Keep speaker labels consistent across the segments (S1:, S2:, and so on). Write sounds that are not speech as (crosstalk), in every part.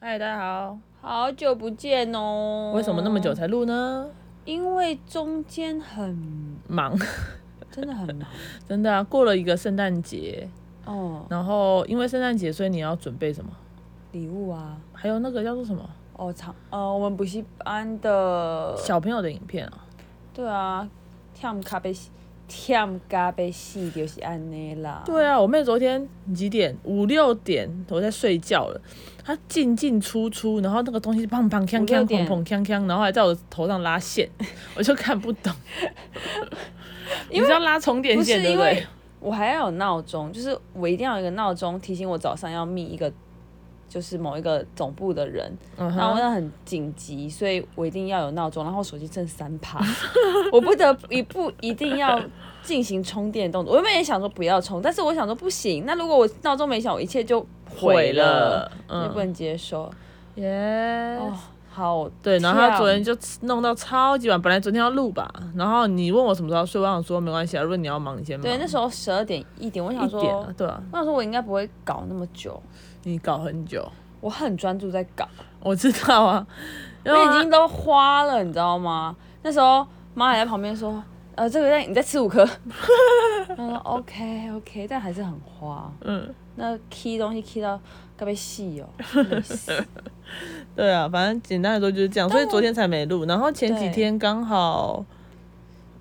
S1: 嗨，大家好。好久不见哦。
S2: 为什么那么久？才录呢？
S1: 因为中间很
S2: 忙， (laughs)
S1: 真的很忙
S2: 真的啊，过了一个圣诞节，
S1: 哦，
S2: 然后因为圣诞节，所以你要准备什么？
S1: 礼物啊，
S2: 还有那个叫做什么
S1: 哦，长呃，我们补习班的
S2: 小朋友的影片啊？
S1: 对啊，忝咖啡系，忝咖啡系就是安尼啦。
S2: 对啊，我妹昨天几点？五六点，我在睡觉了。她进进出出，然后那个东西砰砰锵
S1: 五六
S2: 锵
S1: 点
S2: 砰砰锵锵，然后还在我头上拉线，我就看不懂。你是要拉重点线
S1: 不是
S2: 对不
S1: 因为
S2: 对？
S1: 我还要有闹钟，就是我一定要有一个闹钟提醒我早上要密一个，就是某一个总部的人，
S2: 嗯
S1: 然后
S2: 哼，
S1: 那很紧急，所以我一定要有闹钟，然后手机剩三趴， (laughs) 我不得不一不一定要进行充电动作。我原本也想说不要充，但是我想说不行，那如果我闹钟没响，我一切就毁
S2: 毁
S1: 了
S2: 了，，
S1: 也不
S2: 嗯，
S1: 能接受。
S2: 耶、
S1: 哦，好，
S2: 对，然后他
S1: 跳
S2: 昨天就弄到超级晚，本来昨天要录吧，然后你问我什么时候睡，我想说没关系啊，如果你要忙你先忙。
S1: 对那时候十二点一点，我想
S2: 一点啊
S1: 说，，
S2: 对啊，
S1: 我想说我应该不会搞那么久，
S2: 你搞很久，
S1: 我很专注在搞。
S2: 我知道啊，然后
S1: 我眼
S2: 啊
S1: 睛都花了，你知道吗？那时候妈还在旁边说：“呃，这个在你再吃
S2: (laughs)
S1: 五颗。”他说：“OK OK，但还是很花。
S2: (laughs) 嗯，
S1: 那 key 东西 key 到该被
S2: (laughs)
S1: 细哦，累死
S2: 对啊，反正简单来说就是这样，所以昨天才没录，然后前几
S1: 对
S2: 天刚好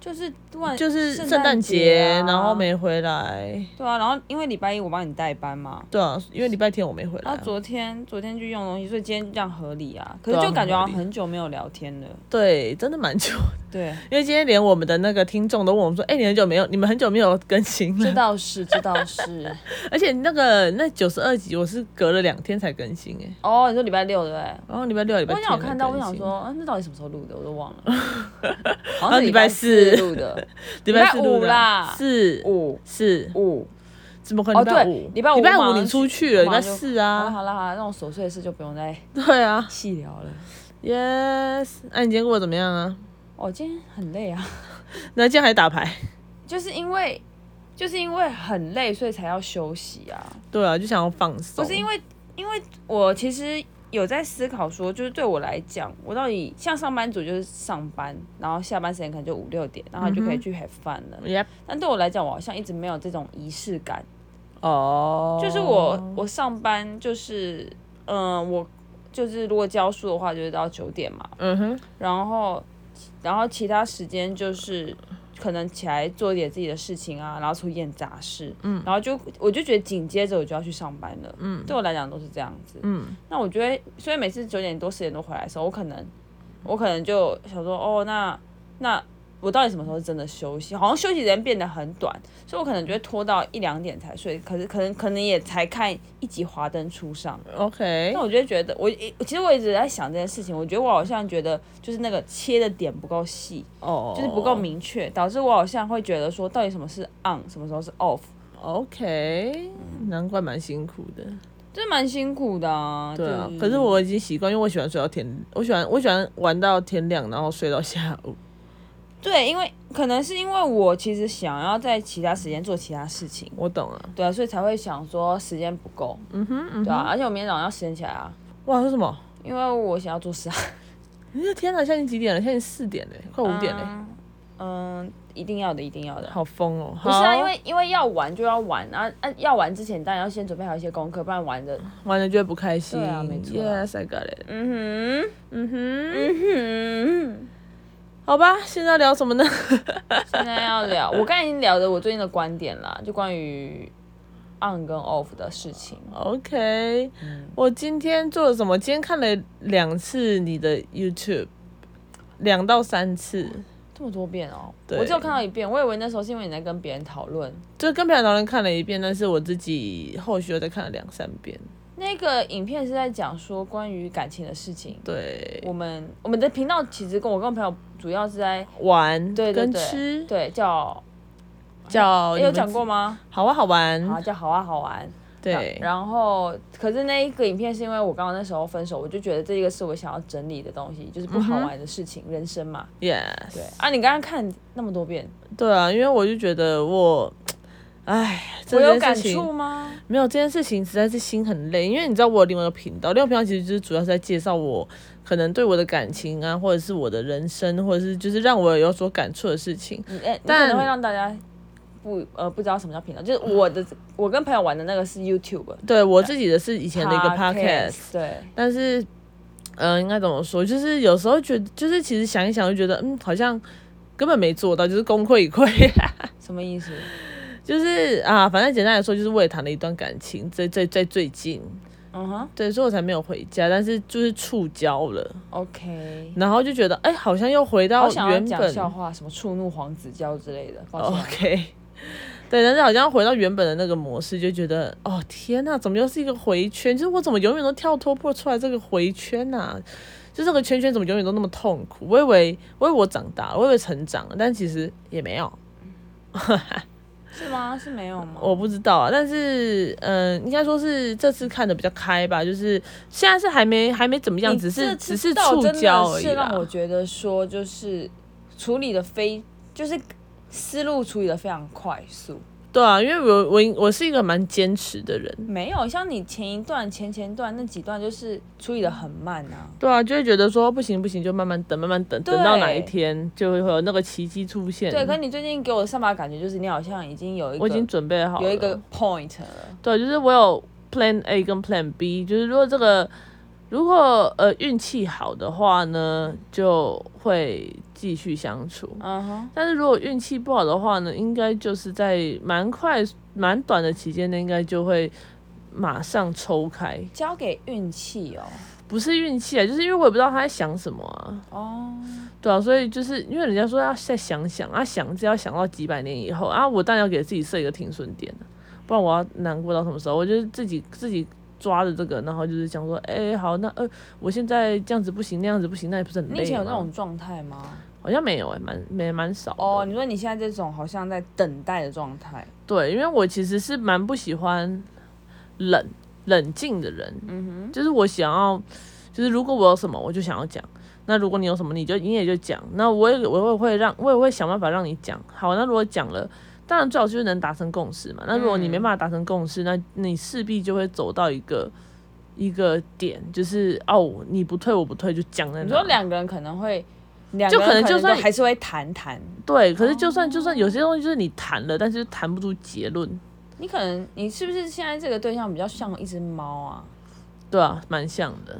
S1: 就是万
S2: 就是圣
S1: 圣
S2: 诞
S1: 节
S2: 节
S1: 啊，，
S2: 然后没回来，
S1: 对啊，然后因为礼拜一我帮你代班嘛，
S2: 对啊，因为礼拜天我没回来
S1: 然后
S2: 啊，
S1: 昨天昨天去用东西，所以今天这样合理啊。可是
S2: 对啊
S1: 就感觉好
S2: 很
S1: 像
S2: 合理
S1: 很久没有聊天了，
S2: 对，真的蛮久，
S1: 对，
S2: (laughs) 因为今天连我们的那个听众都问我们说，哎、你很久没有，你们很久没有更新了
S1: 这，倒是这倒是。
S2: 而且那个那九十二集我是隔了两天才更新哎、
S1: 哦，你说礼拜六对不对？
S2: 然后哦礼拜六、礼拜
S1: 我
S2: 天
S1: 想有看到，
S2: 的
S1: 我
S2: 更
S1: 想
S2: 新
S1: 说，啊，那到底什么时候录的？我都
S2: (laughs)
S1: 忘了，好像
S2: 啊
S1: 是
S2: 礼
S1: 礼
S2: 拜
S1: 四
S2: 四 (laughs)
S1: 录的，
S2: 礼
S1: 拜
S2: 四录
S1: 五
S2: 的
S1: 啦
S2: 是
S1: 五
S2: 是，
S1: 五。
S2: 怎么可能
S1: 哦
S2: 礼拜
S1: 对
S2: 五？
S1: 礼拜五
S2: 礼拜
S1: 我马上
S2: 你出去
S1: 我
S2: 了，礼
S1: 马
S2: 拜
S1: 上就
S2: 四
S1: 好了好
S2: 啊，
S1: 了好了，那种琐碎的事就不用再
S2: 对啊
S1: 细聊了。
S2: ，yes。那你今天过得怎么样啊？
S1: 我、哦今天很累啊， (laughs)
S2: 那今天还打牌？
S1: 就是因为就是因为很累，所以才要休息啊，
S2: 对啊，就想要放松。
S1: 不是因为因为我其实。有在思考说，就是对我来讲，我到底像上班族就是上班，然后下班时间可能就五六点，然后就可
S2: 嗯
S1: 以去 have fun 了。
S2: Yep，
S1: 但对我来讲，我好像一直没有这种仪式感，
S2: 哦，
S1: 就是我我上班就是，嗯，我就是如果教书的话，就是到九点嘛，
S2: 嗯哼，
S1: 然后然后其他时间就是可能起来做一点自己的事情啊，然后出一点杂事，嗯，然后就我就觉得紧接着我就要去上班了，嗯，对我来讲都是这样子，
S2: 嗯，
S1: 那我觉得，所以每次九点多十点多回来的时候，我可能我可能就想说，哦，那那。我到底什么时候是真的休息？好像休息时间变得很短，所以我可能就会拖到一两点才睡。可是可能可能也才看一集《华灯初上》，
S2: OK
S1: 那。我就会觉得，我一其实我一直在想这件事情，我觉得我好像觉得就是那个切的点不够细，
S2: 哦，
S1: 就是不够。明确，导致我好像会觉得说，到底什么是 on，什么时候是 off，
S2: OK，难怪蛮辛苦的。
S1: 这蛮辛苦的啊。
S2: 对啊
S1: 就，
S2: 可是我已经习惯，因为我喜欢睡到天，我喜欢我喜欢玩到天亮，然后睡到下午。
S1: 对，因为可能是因为我其实想要在其他时间做其他事情，
S2: 我懂啊。
S1: 对啊，所以才会想说时间不够，
S2: 嗯哼，嗯
S1: 对啊，
S2: 哼。
S1: 而且我明天早上要十点起来啊，
S2: 哇，说什么？
S1: 因为我想要做事啊， (laughs)
S2: 你的天哪，现在已经几点了？现在已经四点嘞，快五点嘞，
S1: 嗯嗯，一定要的，一定要的。
S2: 好疯哦！
S1: 不是啊，
S2: 好
S1: 因为因为要玩就要玩啊啊！要玩之前当然要先准备好一些功课，不然玩的，
S2: 玩了就会不开心。
S1: 对啊没错啊
S2: Yes, I got it。
S1: 嗯哼，
S2: 嗯哼，
S1: 嗯
S2: 好吧，现在要聊什么呢？
S1: 哼。现在要聊，我刚才已经聊的我最近的观点啦， (laughs) 就关于 on 跟 off 的事情。
S2: OK，、
S1: (laughs) 嗯
S2: 我今天做了什么？今天看了两次你的 YouTube，两到三次，
S1: 这么多遍哦，
S2: 对
S1: 我只有看到一遍，我以为那时候是因为你在跟别人讨论
S2: 就跟漂亮人看了一遍，但是我自己后续又再看了两三遍。
S1: 那个影片是在讲说关于感情的事情。
S2: 对，
S1: 我们我们的频道其实跟我跟我朋友主要是在
S2: 玩
S1: 对对
S2: 跟
S1: 对
S2: 吃
S1: 对叫
S2: 叫
S1: 诶
S2: 你
S1: 有
S2: 们嗯
S1: 讲过吗？
S2: 好玩好
S1: 好
S2: 玩，
S1: 叫好啊好玩。
S2: 对，
S1: 然后，可是那一个影片是因为我刚刚那时候分手，我就觉得这个是我想要整理的东西，就是不好玩的事情，人生嘛。
S2: 嗯 Yes，
S1: 对啊，你刚刚看那么多遍，
S2: 对啊，因为我就觉得我，唉，
S1: 我
S2: 这
S1: 有
S2: 件
S1: 感
S2: 事情
S1: 触吗？
S2: 没有这件事情实在是心很累，因为你知道我有另外一个频道，另外一个频道其实就是主要是在介绍我可能对我的感情啊，或者是我的人生，或者是就是让我有所感触的事情。
S1: 你哎，你可
S2: 但
S1: 能会让大家不呃不知道什么叫频道，就是我的我跟朋友玩的那个是 YouTube
S2: 对我自嗯己的是以前的一个 podcast，
S1: podcast，对，
S2: 但是，嗯、应该怎么说？就是有时候觉得，就是其实想一想，就觉得，嗯，好像根本没做到，就是功亏一篑、啊
S1: 什么意思？
S2: (laughs) 就是啊，反正简单来说，就是我也谈了一段感情，在在在最近，
S1: 嗯哼
S2: 对，所以我才没有回家，但是就是触礁了，
S1: ，OK。
S2: 然后就觉得，哎、好像又回到
S1: 好想要
S2: 原
S1: 讲
S2: 本哦
S1: 笑话，什么触怒黄子佼之类的，抱歉。
S2: ，OK。对，但是好像回到原本的那个模式，就觉得哦天呐，怎么又是一个回圈？就是我怎么永远都跳脱不出来这个回圈呐、就这个圈圈怎么永远都那么痛苦？我以为我以为我长大了，我以为成长了，但其实也没有。
S1: 是吗？是没有吗？
S2: 我不知道啊，但是嗯，应该说是这次看的比较开吧，就是现在是还没还没怎么样，
S1: 你
S2: 只是
S1: 这
S2: 只
S1: 次
S2: 是
S1: 倒
S2: 触
S1: 真的
S2: 礁而已
S1: 是让我
S2: 啦。
S1: 觉得说，就是处理的非，就是思路处理的非常快速。
S2: 对啊，因为我我我是一个蛮坚持的人，
S1: 没有像你前一段、前前段那几段，就是处理的很慢啊。
S2: 对啊，就会觉得说不行不行，就慢慢等慢慢等，
S1: 对
S2: 等到哪一天就会有那个奇迹出现。
S1: 对，可是你最近给我的上班感觉就是你好像已经有一个
S2: 我已经准备好了。
S1: 有一个 point 了。
S2: 对，就是我有 Plan A 跟 Plan B，就是如果这个如果呃运气好的话呢，就会继续相处。
S1: 嗯哼，
S2: 但是如果运气不好的话呢，应该就是在蛮快、蛮短的期间内，应该就会马上抽开。
S1: 交给运气哦。
S2: 不是运气啊，就是因为我也不知道他在想什么啊。
S1: 哦，
S2: 对啊，所以就是因为人家说要再想想啊，想这要想到几百年以后啊，我当然要给自己设一个停损点啊不然我要难过到什么时候？我就是自己自己抓着这个，然后就是想说，哎、好，那呃，我现在这样子不行，那样子不行，那也不是很累
S1: 你以前有那
S2: 吗
S1: 种状态吗？
S2: 好像没有哎、蛮没蛮少的
S1: 哦，你说你现在这种好像在等待的状态。
S2: 对，因为我其实是蛮不喜欢冷冷静的人，
S1: 嗯
S2: 就是我想要，就是如果我有什么，我就想要讲。那如果你有什么，你就你也就讲。那我也我也会让，我也会想办法让你讲。好，那如果讲了，当然最好就是能达成共识嘛。那如果
S1: 嗯
S2: 你没办法达成共识，那你势必就会走到一个一个点，就是哦，你不退我不退，就讲在那。
S1: 哼，你说两个人可能会，两
S2: 就
S1: 个
S2: 可能
S1: 人
S2: 就
S1: 就
S2: 算
S1: 还是会谈谈。
S2: 对，可是就算
S1: 哦
S2: 就算有些东西就是你谈了，但是谈不出结论，
S1: 你可能你是不是现在这个对象比较像一只猫啊？
S2: 对啊，蛮像的。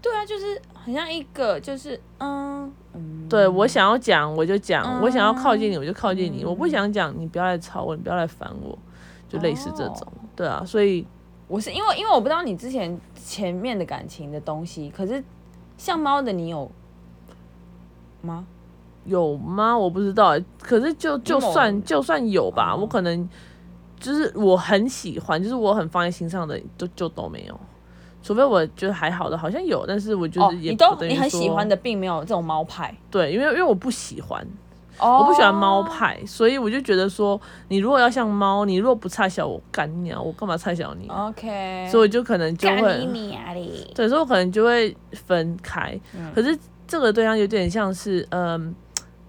S1: 对啊，就是很像一个，就是嗯嗯，
S2: 对我想要讲我就讲，我想要靠近你我就靠近你，
S1: 嗯
S2: 我不想讲你不要来吵我，你不要来烦我，就类似这种。
S1: 哦
S2: 对啊，所以
S1: 我是因为因为我不知道你之前前面的感情的东西，可是像猫的你有吗？
S2: 有吗？我不知道欸、可是就就
S1: 某
S2: 算就算有吧，
S1: 哦
S2: 我可能就是我很喜欢，就是我很放在心上的，就就都没有。除非我觉得还好的，好像有，但是我就
S1: 哦，
S2: 是也
S1: 你
S2: 不
S1: 都
S2: 等于
S1: 你很喜
S2: 说
S1: 欢的，并没有这种猫派。
S2: 对，因为因为我不喜欢，
S1: 哦
S2: 我不喜欢猫。派，所以我就觉得说，你如果要像猫，你如果不差小我，干你啊，我干嘛差小你啊、
S1: OK，
S2: 所以我就可能就
S1: 干你
S2: 会，
S1: 米啊嘞！
S2: 对，所以我可能就会分开。
S1: 嗯
S2: 可是这个对象有点像是，嗯，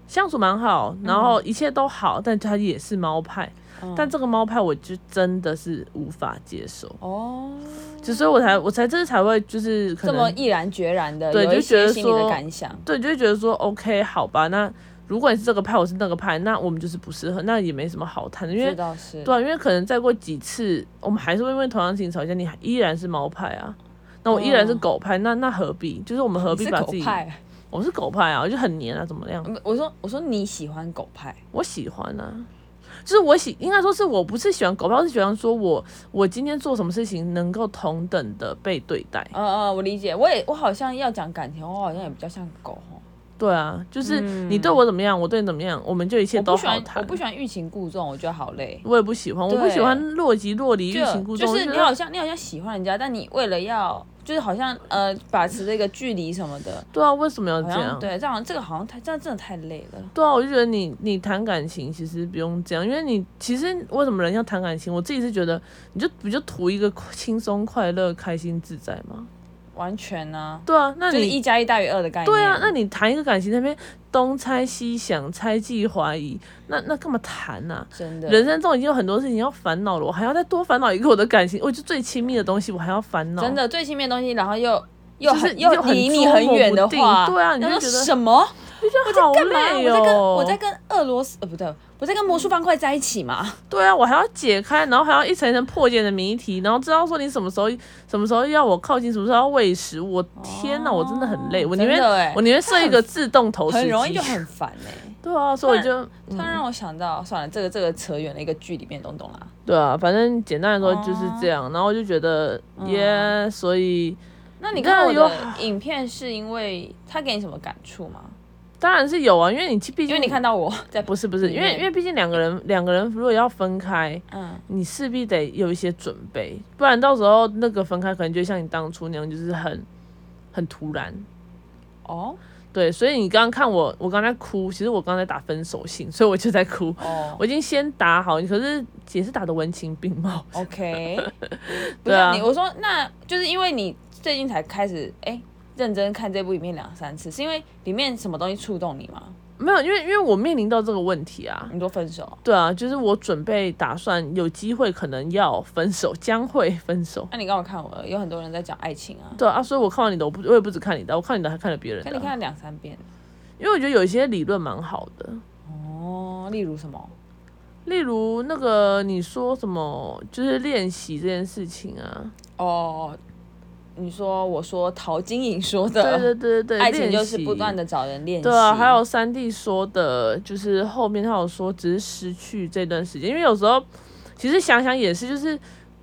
S2: 相处蛮好，然后一切都好，但他也是猫派，
S1: 嗯
S2: 但这个猫派我就真的是无法接受，
S1: 哦，
S2: 就所以我才我才这才会就是可
S1: 这么
S2: 能
S1: 毅然决然的，
S2: 对
S1: 有一
S2: 就觉得
S1: 些心里的
S2: 说
S1: 感想。
S2: 对，就会觉得说 OK 好吧，那如果你是这个派，我是那个派，那我们就是不适合，那也没什么好谈的，因
S1: 这
S2: 为。
S1: 倒是
S2: 对啊，因为可能再过几次，我们还是会因为同样的事情吵架，你还依然是猫派啊，那我依然是
S1: 哦
S2: 狗派，那那何必？就是我们何
S1: 你
S2: 必
S1: 是
S2: 把
S1: 狗
S2: 自己？
S1: 派啊。
S2: 我是狗派啊，我就很黏啊，怎么样？
S1: 不我说我说你喜欢狗派，
S2: 我喜欢啊，就是我喜，应该说是我不是喜欢狗派，我是喜欢说我我今天做什么事情能够同等的被对待。
S1: 嗯嗯，我理解，我也我好像要讲感情，我好像也比较像狗吼
S2: 对啊，就是你对我怎么样，我对你怎么样，我们就一切
S1: 我
S2: 都
S1: 不喜
S2: 好
S1: 欢，嗯我
S2: 谈。
S1: 不喜欢欲擒故纵，我觉得好累。
S2: 我也不喜欢，我不喜
S1: 对
S2: 欢若即若离、欲
S1: 就
S2: 擒故纵。
S1: 就
S2: 我
S1: 是
S2: 觉
S1: 你
S2: 得
S1: 好像你好像喜欢人家，但你为了要就是好像呃把持这个距离什么的，
S2: 对啊，为什么要
S1: 好
S2: 这
S1: 像
S2: 样？
S1: 对，这好像这个好像太这样真的太累了。
S2: 对啊，我就觉得你你谈感情其实不用这样，因为你其实为什么人要谈感情？我自己是觉得，你就不就图一个轻松、快乐、开心、自在吗？
S1: 完全呢、
S2: 对啊，那
S1: 就是
S2: 你
S1: 一加一大于二的概念。
S2: 对啊，那你谈一个感情那边东猜西想、猜忌怀疑，那那干嘛谈呢、
S1: 真的
S2: 人生中已经有很多事情要烦恼了，我还要再多烦恼一个我的感情，我就最亲密的东西，我还要烦恼。
S1: 真，的最亲密的东西，然后又又
S2: 就是
S1: 很又
S2: 又很
S1: 离
S2: 捉
S1: 你
S2: 摸
S1: 很远
S2: 不
S1: 的
S2: 定
S1: 话，
S2: 对啊你
S1: 那
S2: 就
S1: 说
S2: 觉得
S1: 什么？
S2: 就觉得好
S1: 干嘛？
S2: 累
S1: 我在跟
S2: 哦。
S1: 我在跟俄罗斯呃不对，我在跟魔术方块在一起嘛？
S2: 对啊，我还要解开，然后还要一层一层破解你的谜题，然后知道说你什么时候什么时候要我靠近，什么时候要喂食。我天哪，我真的很累，我宁愿
S1: 真的欸
S2: 我宁愿设一个自动投食
S1: 很
S2: 机
S1: 容易就很烦哎、
S2: 对啊，所以我就
S1: 突然让我想到，算了，这个这个扯远了一个剧里面的东东啦。
S2: 对啊，反正简单来说就是这样。然后我就觉得
S1: 哦
S2: 耶，所以
S1: 那你
S2: 那
S1: 看我
S2: 有
S1: 的影片是因为他给你什么感触吗？
S2: 当然是有啊，因为你毕竟
S1: 因为你看嗯到我在
S2: 不是不是，
S1: 里
S2: 因为
S1: 面
S2: 因为毕竟两个人两个人如果要分开，
S1: 嗯，
S2: 你势必得有一些准备，不然到时候那个分开可能就像你当初那样，就是很很突然。
S1: 哦
S2: 对，所以你刚刚看我，我刚才哭，其实我刚才打分手信，所以我就在哭。
S1: 哦
S2: 我已经先打好，可是也是打的文情并茂。
S1: ，OK，不
S2: (laughs) 对
S1: 是
S2: 啊
S1: 你，我说那就是因为你最近才开始哎、认真看这部影片两三次，是因为里面什么东西触动你吗？
S2: 没有，因为因为我面临到这个问题啊，
S1: 你说分手，
S2: 对啊，就是我准备打算有机会可能要分手，将会分手。
S1: 那、你刚好看我，有很多人在讲爱情啊，
S2: 对啊，所以我看完你的，我不我也不只看你的，我看你的还看了别人
S1: 可
S2: 的啊、
S1: 你看了两三遍
S2: 因为我觉得有一些理论蛮好的，
S1: 哦，例如什么？
S2: 例如那个你说什么就是练习这件事情啊，
S1: 哦，你说我说陶晶莹说
S2: 对
S1: 的，
S2: 对对对对，
S1: 呃 (laughs) 爱情
S2: 练
S1: 就是
S2: 习
S1: 不断的找人练习，
S2: 对啊，还有三弟说的，就是后面他有说，只是失去这段时间，因为有时候其实想想也是，就是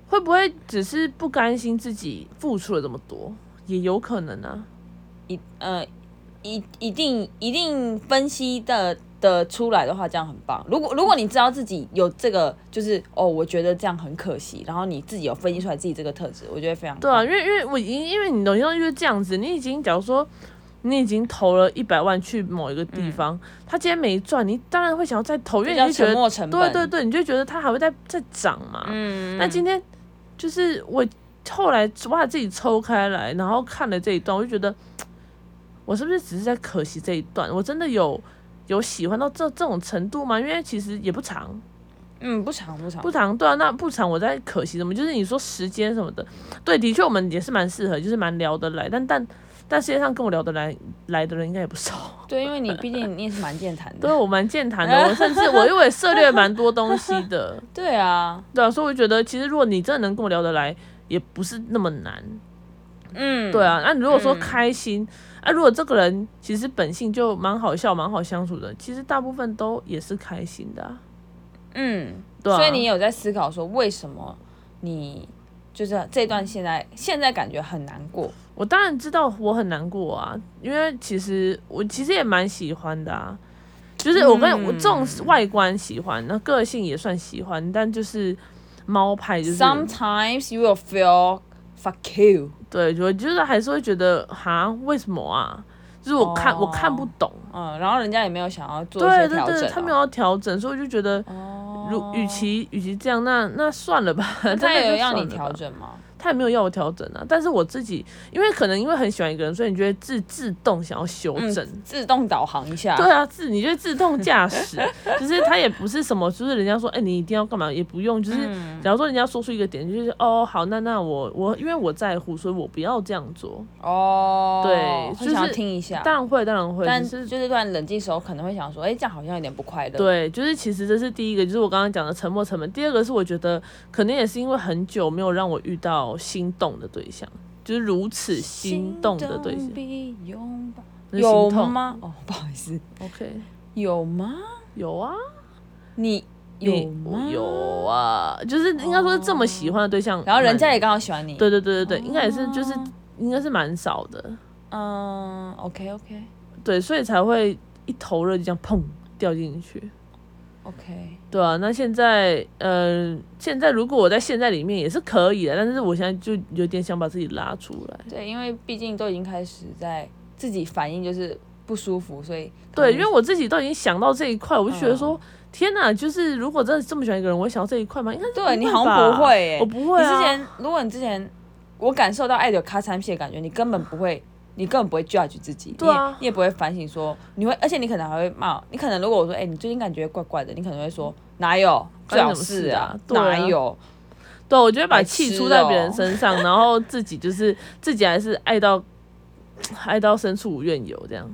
S2: 会不会只是不甘心自己付出了这么多，也有可能啊。
S1: 一呃一一定一定分析的的出来的话，这样很棒。如果如果你知道自己有这个，就是哦，我觉得这样很可惜，然后你自己有分析出来自己这个特质，我觉得非常
S2: 对啊，
S1: 棒
S2: 因为因为我已经因为你有些东西就是这样子，你已经假如说你已经投了一百万去某一个地方，他今天没赚，你当然会想要再投，因
S1: 这
S2: 为
S1: 叫
S2: 你就觉得
S1: 沉没成
S2: 对
S1: 本，
S2: 对对，你就觉得它还会再再涨嘛。
S1: 嗯，
S2: 那今天就是我后来把自己抽开来，然后看了这一段，我就觉得我是不是只是在可惜这一段？我真的有有喜欢到这这种程度吗？因为其实也不长，
S1: 嗯不长不长
S2: 不长，对啊，那不长我在可惜什么？就是你说时间什么的，对，的确我们也是蛮适合，就是蛮聊得来，但但。但世界上跟我聊得来来的人应该也不少， (laughs)
S1: 对，因为你毕竟你也是蛮健谈
S2: 对
S1: 的，
S2: 我蛮健谈的，我甚至我因为我也涉猎蛮多东西的， (laughs)
S1: 对啊，
S2: 对啊，所以我觉得其实如果你真的能跟我聊得来，也不是那么难，
S1: 嗯，
S2: 对啊，那你如果说
S1: 嗯
S2: 开心，啊，如果这个人其实本性就蛮好笑、蛮好相处的，其实大部分都也是开心的、啊，
S1: 嗯，
S2: 对啊。
S1: 所以你有在思考说，为什么你就是这段现在现在感觉很难过？
S2: 我当然知道我很难过啊，因为其实我其实也蛮喜欢的啊，就是我
S1: 嗯
S2: 跟、我这种外观喜欢，那个性也算喜欢，但就是猫派就是
S1: Sometimes you will feel fuck you。
S2: 对，我就是还是会觉得哈为什么啊？就是我看、我看不
S1: 哦
S2: 懂，
S1: 嗯，然后人家也没有想要做一
S2: 对
S1: 些
S2: 对
S1: 调整、
S2: 对，
S1: 哦，
S2: 他没有要调整，所以我就觉得。
S1: 哦。
S2: 如与其与其这样，那那算了吧。
S1: 他
S2: (laughs) 真的
S1: 也有
S2: 就
S1: 要你
S2: 算了
S1: 调
S2: 吧，
S1: 整吗？
S2: 他也没有要我调整啊。但是我自己，因为可能因为很喜欢一个人，所以你就会自自动想要修正。
S1: 自动导航一下。
S2: 对啊，自你就会自动驾驶，
S1: (laughs)
S2: 就是他也不是什么，就是人家说，哎、你一定要干嘛，也不用，就是
S1: 嗯
S2: 假如说人家说出一个点，就是哦，好，那那我我因为我在乎，所以我不要这样做。
S1: 哦，
S2: 对
S1: 会
S2: 就是
S1: 想要听一下。
S2: 当然会，当然会，
S1: 啊但
S2: 只
S1: 就是是突然冷静的时候，可能会想说，哎、这样好像有点不快乐。，
S2: 对，就是其实这是第一个，就是我刚刚讲的沉默成本。第二个是我觉得可能也是因为很久没有让我遇到心动的对象，就是如此心动的对象。
S1: 比拥抱
S2: 那是心
S1: 有
S2: 痛
S1: 吗？哦，不好意思，
S2: ？OK，
S1: 有吗？
S2: 有啊，
S1: 你
S2: 你
S1: 有吗？哦
S2: 有啊，就是应该说是这么喜欢的对象，
S1: 然后人
S2: 蛮
S1: 家也刚好喜欢你。
S2: 对对对对对，应该也是就是
S1: 哦
S2: 应该是蛮少的，
S1: 嗯，OK OK
S2: 对，所以才会一头热就这样砰掉进去。
S1: OK，
S2: 对啊，那现在，呃，现在如果我在现在里面也是可以的，但是我现在就有点想把自己拉出来。
S1: 对，因为毕竟都已经开始在自己反应就是不舒服，所以可
S2: 对，
S1: 能
S2: 因为我自己都已经想到这一块，我就觉得
S1: 嗯
S2: 说，天哪，就是如果真的这么喜欢一个人，我会想到这一块吗？应该是
S1: 对你
S2: 不
S1: 好
S2: 会吧
S1: 像不会耶
S2: 我不会、啊。
S1: 你之前如果你之前我感受到爱的咔嚓屁的感觉，你根本不会，你根本不会 judge 自己，
S2: 对啊
S1: 你也你也不会反省说，你会，而且你可能还会骂，你可能如果我说，哎、你最近感觉怪怪的，你可能会说哪有，最
S2: 关你
S1: 好
S2: 什么
S1: 是
S2: 事啊对啊
S1: 哪有，
S2: 对，我觉得把
S1: 白
S2: 气
S1: 痴
S2: 出在别
S1: 哦
S2: 人身上，然后自己就是自己还是爱到爱到深处无怨尤，这样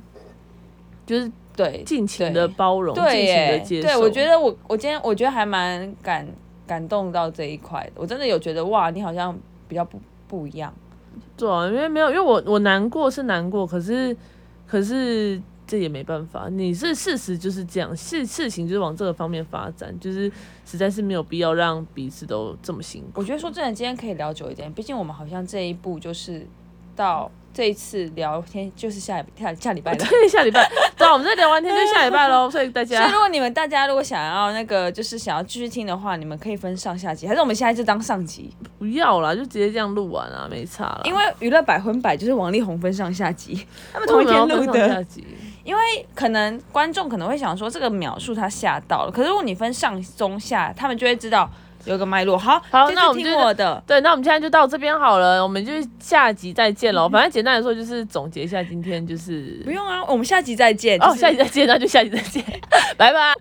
S2: 就是
S1: 对，
S2: 尽情
S1: 对
S2: 的包容，尽
S1: 对
S2: 情的
S1: 耶，
S2: 接受。
S1: 对我觉得我我今天我觉得还蛮感感动到这一块的，我真的有觉得哇，你好像比较不不一样，
S2: 对啊，因为没有，因为我我难过是难过，可是可是这也没办法，你是事实就是这样，事事情就是往这个方面发展，就是实在是没有必要让彼此都这么辛苦。 (laughs)
S1: 我觉得说真的，今天可以聊久一点，毕竟我们好像这一步就是到这一次聊天就是下礼下下礼拜 (laughs) 的。
S2: 对，下礼拜，对啊，我们再聊完天就下礼拜
S1: (laughs)
S2: 喽，所以大
S1: 所以如
S2: 家
S1: 果你们大家如果想要那个就是想要继续听的话，你们可以分上下集，还是我们下一次当上集？
S2: 不要啦，就直接这样录完啊，没差啦。
S1: 因为娱乐百分百就是王力宏分上下集，哦他们同
S2: 为
S1: 一
S2: 什么要
S1: 天
S2: 分
S1: 录
S2: 上
S1: 的
S2: 下。集
S1: 可能观众可能会想说这个秒数他吓到了，可是如果你分上中下，他们就会知道有个脉络。好，
S2: 好
S1: 这次
S2: 那我们
S1: 听
S2: 就
S1: 我的。
S2: 对，那我们现在就到这边好了，我们就下集再见
S1: 嗯
S2: 喽。反正简单来说就是总结一下今天就是
S1: 不用啊，我们下集再见。
S2: 哦，
S1: 就
S2: (laughs)
S1: 是
S2: 下集再见，那就下集再见，拜拜。